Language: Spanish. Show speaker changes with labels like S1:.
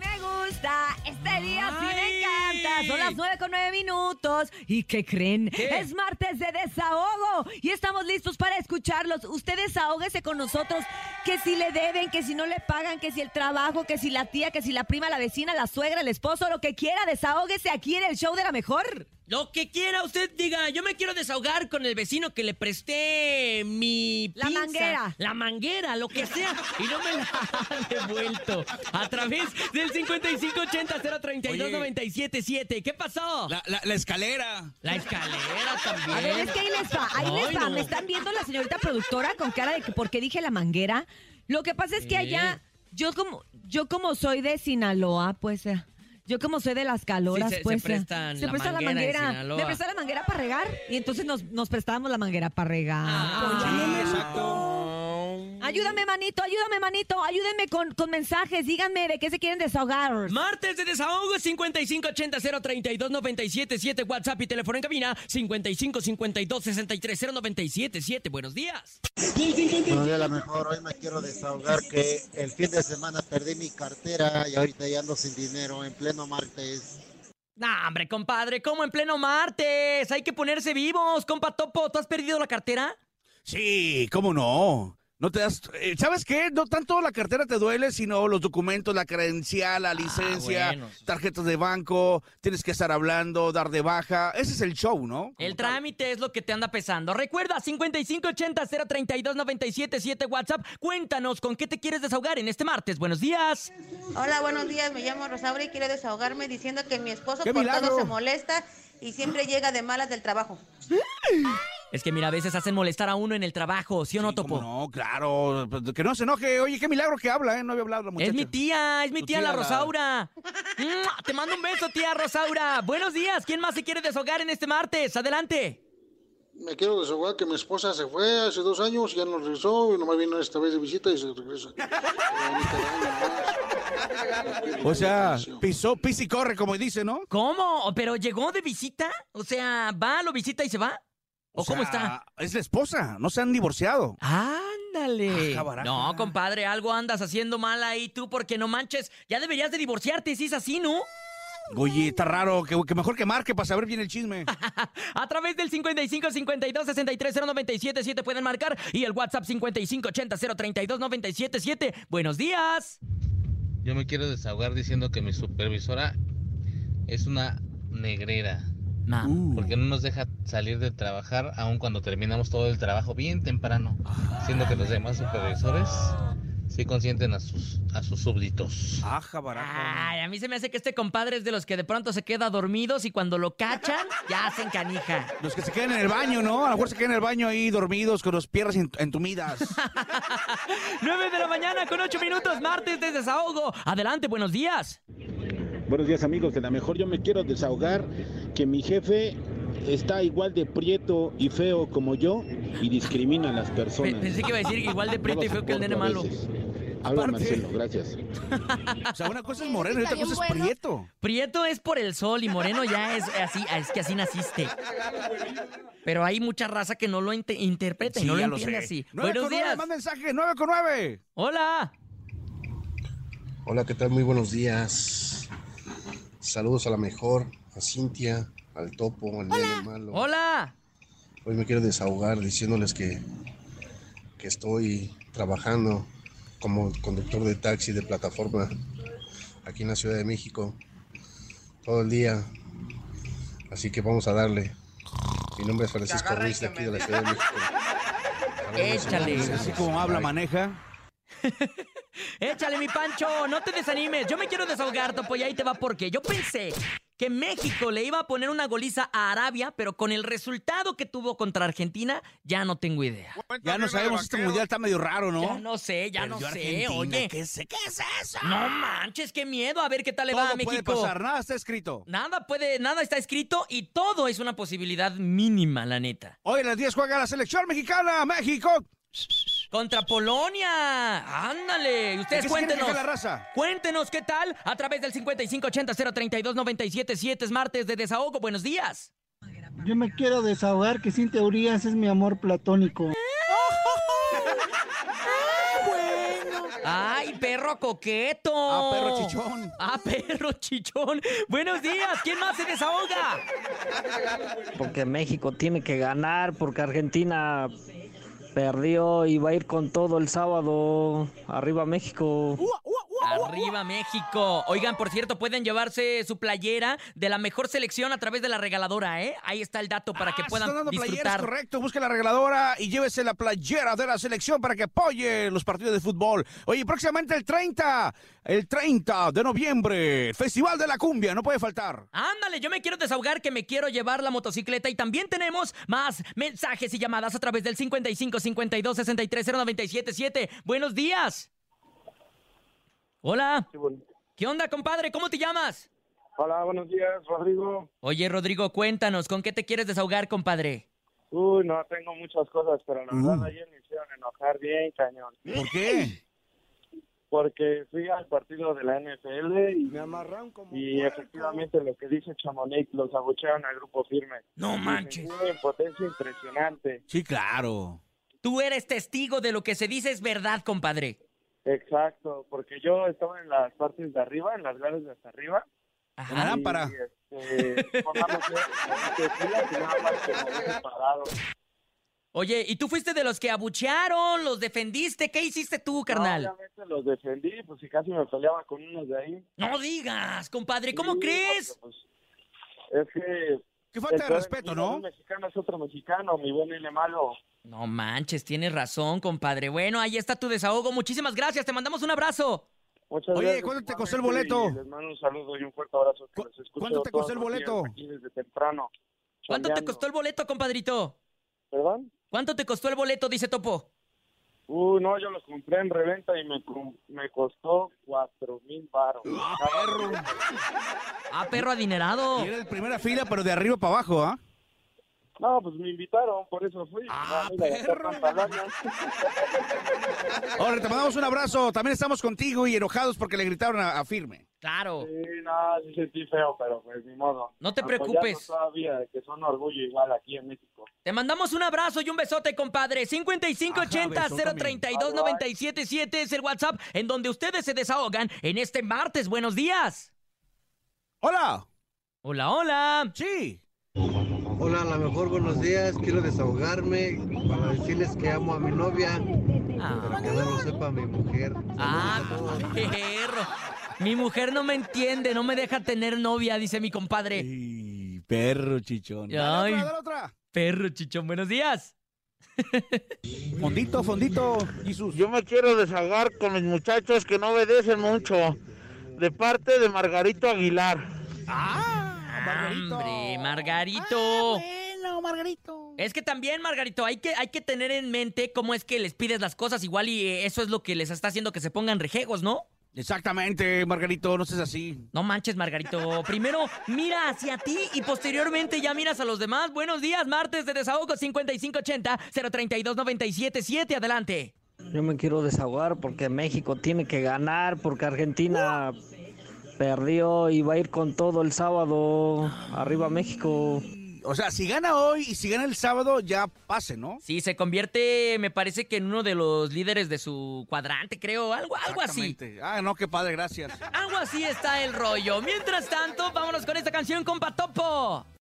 S1: gusta. Este día sí me encanta. Son las 9 con 9 minutos. ¿Y qué creen? Es martes de desahogo y estamos listos para escucharlos. Usted desahógese con nosotros. Que si le deben, que si no le pagan, que si el trabajo, que si la tía, que si la prima, la vecina, la suegra, el esposo, lo que quiera, desahógese aquí en el show de la mejor.
S2: Lo que quiera usted diga, yo me quiero desahogar con el vecino que le presté mi
S1: La
S2: pinza,
S1: manguera.
S2: la manguera, lo que sea, y no me la ha devuelto a través del 5580-032-977. ¿Qué pasó? La,
S3: La, la- la escalera.
S2: escalera también.
S1: A ver, es que ahí les va, ahí
S2: Ay,
S1: les va.
S2: no.
S1: Me están viendo la señorita productora con cara de que porque dije la manguera. Lo que pasa es que
S2: Sí.
S1: allá, yo como, yo como soy de Sinaloa, pues, eh, yo como soy de las caloras,
S2: Sí, se- se
S1: pues. eh,
S2: prestan la
S1: presta
S2: manguera en Sinaloa.
S1: Me presta la manguera para regar. Y entonces nos, nos prestábamos la manguera para regar.
S2: Ah,
S1: Pues, Ah.
S3: Sí, exacto.
S1: Ayúdame, manito, ayúdame, manito, ayúdenme con, con mensajes, díganme de qué se quieren desahogar.
S2: Martes de desahogo 5580-032-977, WhatsApp y teléfono en cabina 5552-630977. Buenos días.
S4: Buenos días, la mejor. Hoy me quiero desahogar que el fin de semana perdí mi cartera y ahorita ya ando sin dinero en pleno martes.
S2: Nah, hombre, compadre, como en pleno martes? Hay que ponerse vivos, compa Topo. ¿Tú has perdido la cartera?
S3: Sí, cómo no. No te das. eh, ¿Sabes qué? No tanto la cartera te duele, sino los documentos, la credencial, la licencia,
S2: bueno.
S3: tarjetas de banco, tienes que estar hablando, dar de baja. Ese es el show, ¿no?
S2: El trámite es lo que te anda pesando. Recuerda, 5580-032-977 WhatsApp. Cuéntanos con qué te quieres desahogar en este martes. Buenos días.
S5: Hola, buenos días. Me llamo Rosaura y quiero desahogarme diciendo que mi esposo
S3: ¡Qué
S5: por
S3: milagro!
S5: todo se molesta y siempre llega de malas del trabajo.
S2: Es que mira, a veces hacen molestar a uno en el trabajo, ¿sí o no,
S3: Sí,
S2: Topo?
S3: cómo No, claro. pues, Que no se enoje. Oye, qué milagro que habla, ¿eh? No había hablado la muchacha.
S2: Es mi tía, es mi
S3: Tu
S2: tía, la
S3: tía, la-
S2: Rosaura. ¡Mua! Te mando un beso, tía Rosaura. Buenos días. ¿Quién más se quiere desahogar en este martes? Adelante.
S6: Me quiero desahogar que mi esposa se fue hace dos años, ya no regresó, y nomás vino esta vez de visita y se regresa.
S3: O sea, pisó, pisa y corre, como dice, ¿no?
S2: ¿Cómo? ¿Pero llegó de visita? O sea, va, lo visita y se va. ¿O, cómo
S3: sea,
S2: está? Ah,
S3: Es la esposa. No se han divorciado.
S2: Ándale.
S3: Ajá, ah, baraja.
S2: No, compadre, algo andas haciendo mal ahí tú porque no manches. Ya deberías de divorciarte si es así, ¿no?
S3: Oye, está raro. Que, que mejor que marque para saber bien el chisme.
S2: A través del 55 52 63 097 7 pueden marcar y el WhatsApp 55 80 032 97 7. Buenos días.
S7: Yo me quiero desahogar diciendo que mi supervisora es una negrera,
S2: Ma.
S7: porque no nos deja salir de trabajar aun cuando terminamos todo el trabajo bien temprano, siendo que los demás supervisores sí consienten a sus a sus súbditos.
S8: Ah.
S3: Aja, Uh, baraja.
S2: Ay, a mí se me hace que este compadre es de los que de pronto se queda dormidos y cuando lo cachan, ya hacen canija.
S3: Los que se quedan en el baño, ¿no? A lo mejor se quedan en el baño ahí dormidos con los piernas ent- entumidas.
S2: 9 de la mañana con 8 minutos, martes de desahogo. Adelante, buenos días.
S9: Buenos días amigos, de la mejor yo me quiero desahogar que mi jefe está igual de prieto y feo como yo y discrimina a las
S2: Pe-
S9: personas.
S2: Pensé que iba a decir igual de
S9: No
S2: prieto
S9: lo
S2: y feo que el nene
S9: soporto a
S2: malo.
S9: veces. Habla
S3: Aparte-
S9: Marcelo, gracias.
S3: O sea, una cosa es moreno y otra cosa es prieto.
S2: Prieto es por el sol y moreno ya es así, es que así naciste. Pero hay mucha raza que no lo inte- interpreta y no lo entiende así.
S3: Nueve
S2: Buenos
S3: con nueve,
S2: días.
S3: manda mensaje, 9 con 9.
S2: Hola.
S10: Hola, ¿qué tal? Muy buenos días. Saludos a la mejor, a Cintia, al topo, al nene malo.
S2: Hola.
S10: Hoy me quiero desahogar diciéndoles que, que estoy trabajando como conductor de taxi de plataforma aquí en la Ciudad de México todo el día. Así que vamos a darle. Mi nombre es Francisco Ruiz de aquí de la Ciudad de México. Saludos,
S2: Échale.
S10: señores.
S3: Así como habla,
S10: Bye.
S3: maneja.
S2: Échale, mi Pancho, no te desanimes. Yo me quiero desahogar, Topo, y ahí te va porque yo pensé que México le iba a poner una goliza a Arabia, pero con el resultado que tuvo contra Argentina, ya no tengo idea.
S3: Ya no sabemos, este mundial está medio raro,
S2: Ya
S3: ¿no?
S2: no sé, ya no
S3: Perdió
S2: sé,
S3: Argentina,
S2: oye.
S3: ¿Qué es, qué es eso?
S2: No manches, qué miedo. A ver qué tal le va
S3: Todo
S2: a México.
S3: puede pasar, nada está escrito.
S2: Nada puede, nada está escrito y todo es una posibilidad mínima, la neta.
S3: Hoy a las 10 juega la selección mexicana, México.
S2: Contra Polonia. Ándale. Y ustedes
S3: ¿De qué se quiere
S2: cuéntenos.
S3: quejar la raza?
S2: Cuéntenos qué tal a través del 5580-032-977. Es martes de desahogo. Buenos días.
S8: Yo me quiero desahogar que sin teorías es mi amor platónico.
S2: ¡Ay, perro coqueto!
S3: Ah, perro chichón.
S2: ¡Ah, perro chichón! ¡Buenos días! ¿Quién más se desahoga?
S11: Porque México tiene que ganar, porque Argentina perdió y va a ir con todo el sábado. Arriba México.
S2: Arriba México. Oigan, por cierto, pueden llevarse su playera de la mejor selección a través de la regaladora, ¿eh? Ahí está el dato para que
S3: Ah, se
S2: puedan
S3: están dando playeras,
S2: disfrutar.
S3: correcto. Busque la regaladora y llévese la playera de la selección para que apoye los partidos de fútbol. Oye, próximamente el 30, el 30 de noviembre, Festival de la Cumbia, no puede faltar.
S2: Ándale, yo me quiero desahogar que me quiero llevar la motocicleta y también tenemos más mensajes y llamadas a través del 55 52 63 097 7. Buenos días. Hola. ¿Qué onda, compadre? ¿Cómo te llamas?
S12: Hola, buenos días, Rodrigo.
S2: Oye, Rodrigo, cuéntanos, ¿con qué te quieres desahogar, compadre?
S12: Uy, no, tengo muchas cosas, pero la verdad ayer me hicieron enojar bien, cañón.
S3: ¿Por qué?
S12: Porque fui al partido de la NFL y me amarraron como Y efectivamente lo que dice Chamonix, los abuchearon al grupo firme. No manches. Una impotencia impresionante.
S3: Sí, claro.
S2: Tú eres testigo de lo que se dice es verdad, compadre.
S12: Exacto, porque yo estaba en las partes de arriba, en las gradas de hasta arriba.
S3: En la lámpara.
S12: Y, este, pongamos, eh, que fui, y nada más que me hubiese parado.
S2: Oye, ¿y tú fuiste de los que abuchearon, los defendiste? ¿Qué hiciste tú, carnal?
S12: No, obviamente los defendí, pues y casi me peleaba con unos de ahí. pues,
S2: No digas, compadre, ¿cómo crees?
S12: Es que...
S3: Qué falta de
S12: Entonces,
S3: respeto,
S12: un
S3: ¿no?
S12: buen mexicano es otro mexicano, mi buen N malo.
S2: No manches, tienes razón, compadre. Bueno, ahí está tu desahogo. Muchísimas gracias, te mandamos un abrazo.
S12: Muchas
S3: Oye,
S12: gracias,
S3: ¿cuánto te costó el
S12: igualmente,
S3: boleto?
S12: y Les mando un saludo y un fuerte abrazo. que los escucho
S3: cuánto te
S12: todos
S3: costó el
S12: los días
S3: boleto?
S12: aquí desde temprano.
S2: ¿Cuánto te
S12: chambeando.
S2: costó el boleto, compadrito?
S12: ¿Perdón?
S2: ¿Cuánto te costó el boleto, dice Topo?
S12: Uh, no, yo los compré en reventa y me, cu- me costó cuatro mil baros.
S2: Ah, perro adinerado.
S3: Era de primera fila, pero de arriba para abajo, ¿ah?
S12: No, pues me invitaron, por eso fui. Ah,
S3: Ahora te mandamos un abrazo. También estamos contigo y enojados porque le gritaron a, a firme.
S2: Claro.
S12: Sí, no, sí sentí feo, pero pues ni modo.
S2: No te
S12: Apoyando
S2: preocupes.
S12: todavía, que son orgullo igual aquí en México.
S2: Te mandamos un abrazo y un besote, compadre. 5580
S3: besote, amigo.
S2: 032 977 es el WhatsApp en donde ustedes se desahogan en este martes. Buenos días.
S3: Hola.
S2: Hola, hola.
S3: Sí.
S13: Hola, a lo mejor buenos días. Quiero desahogarme para decirles que amo a mi novia. Para que no lo sepa mi mujer.
S2: Ah, perro. Mi mujer no me entiende, no me deja tener novia, dice mi compadre.
S3: Y perro chichón.
S2: Ay.
S3: Dale otra, dale otra.
S2: Perro chichón, buenos días.
S3: Fondito, fondito, Jesús.
S14: Yo me quiero desahogar con los muchachos que no obedecen mucho. De parte de Margarito Aguilar.
S2: Hombre, Margarito.
S15: Ah, Bueno, Margarito.
S2: Es que también, Margarito, hay que, hay que tener en mente cómo es que les pides las cosas igual y eh, eso es lo que les está haciendo que se pongan rejegos, ¿no?
S3: Exactamente, Margarito, no seas así.
S2: No manches, Margarito. Primero mira hacia ti y posteriormente ya miras a los demás. Buenos días, martes de desahogo 5580-032-977. Adelante.
S11: Yo me quiero desahogar porque México tiene que ganar, porque Argentina perdió y va a ir con todo el sábado. Arriba México.
S3: O sea, si gana hoy y si gana el sábado, ya pase, ¿no?
S2: Sí, se convierte, me parece que en uno de los líderes de su cuadrante, creo, algo, algo así.
S3: Exactamente. Ah, no, qué padre, gracias.
S2: Algo así está el rollo. Mientras tanto, vámonos con esta canción, compa Topo.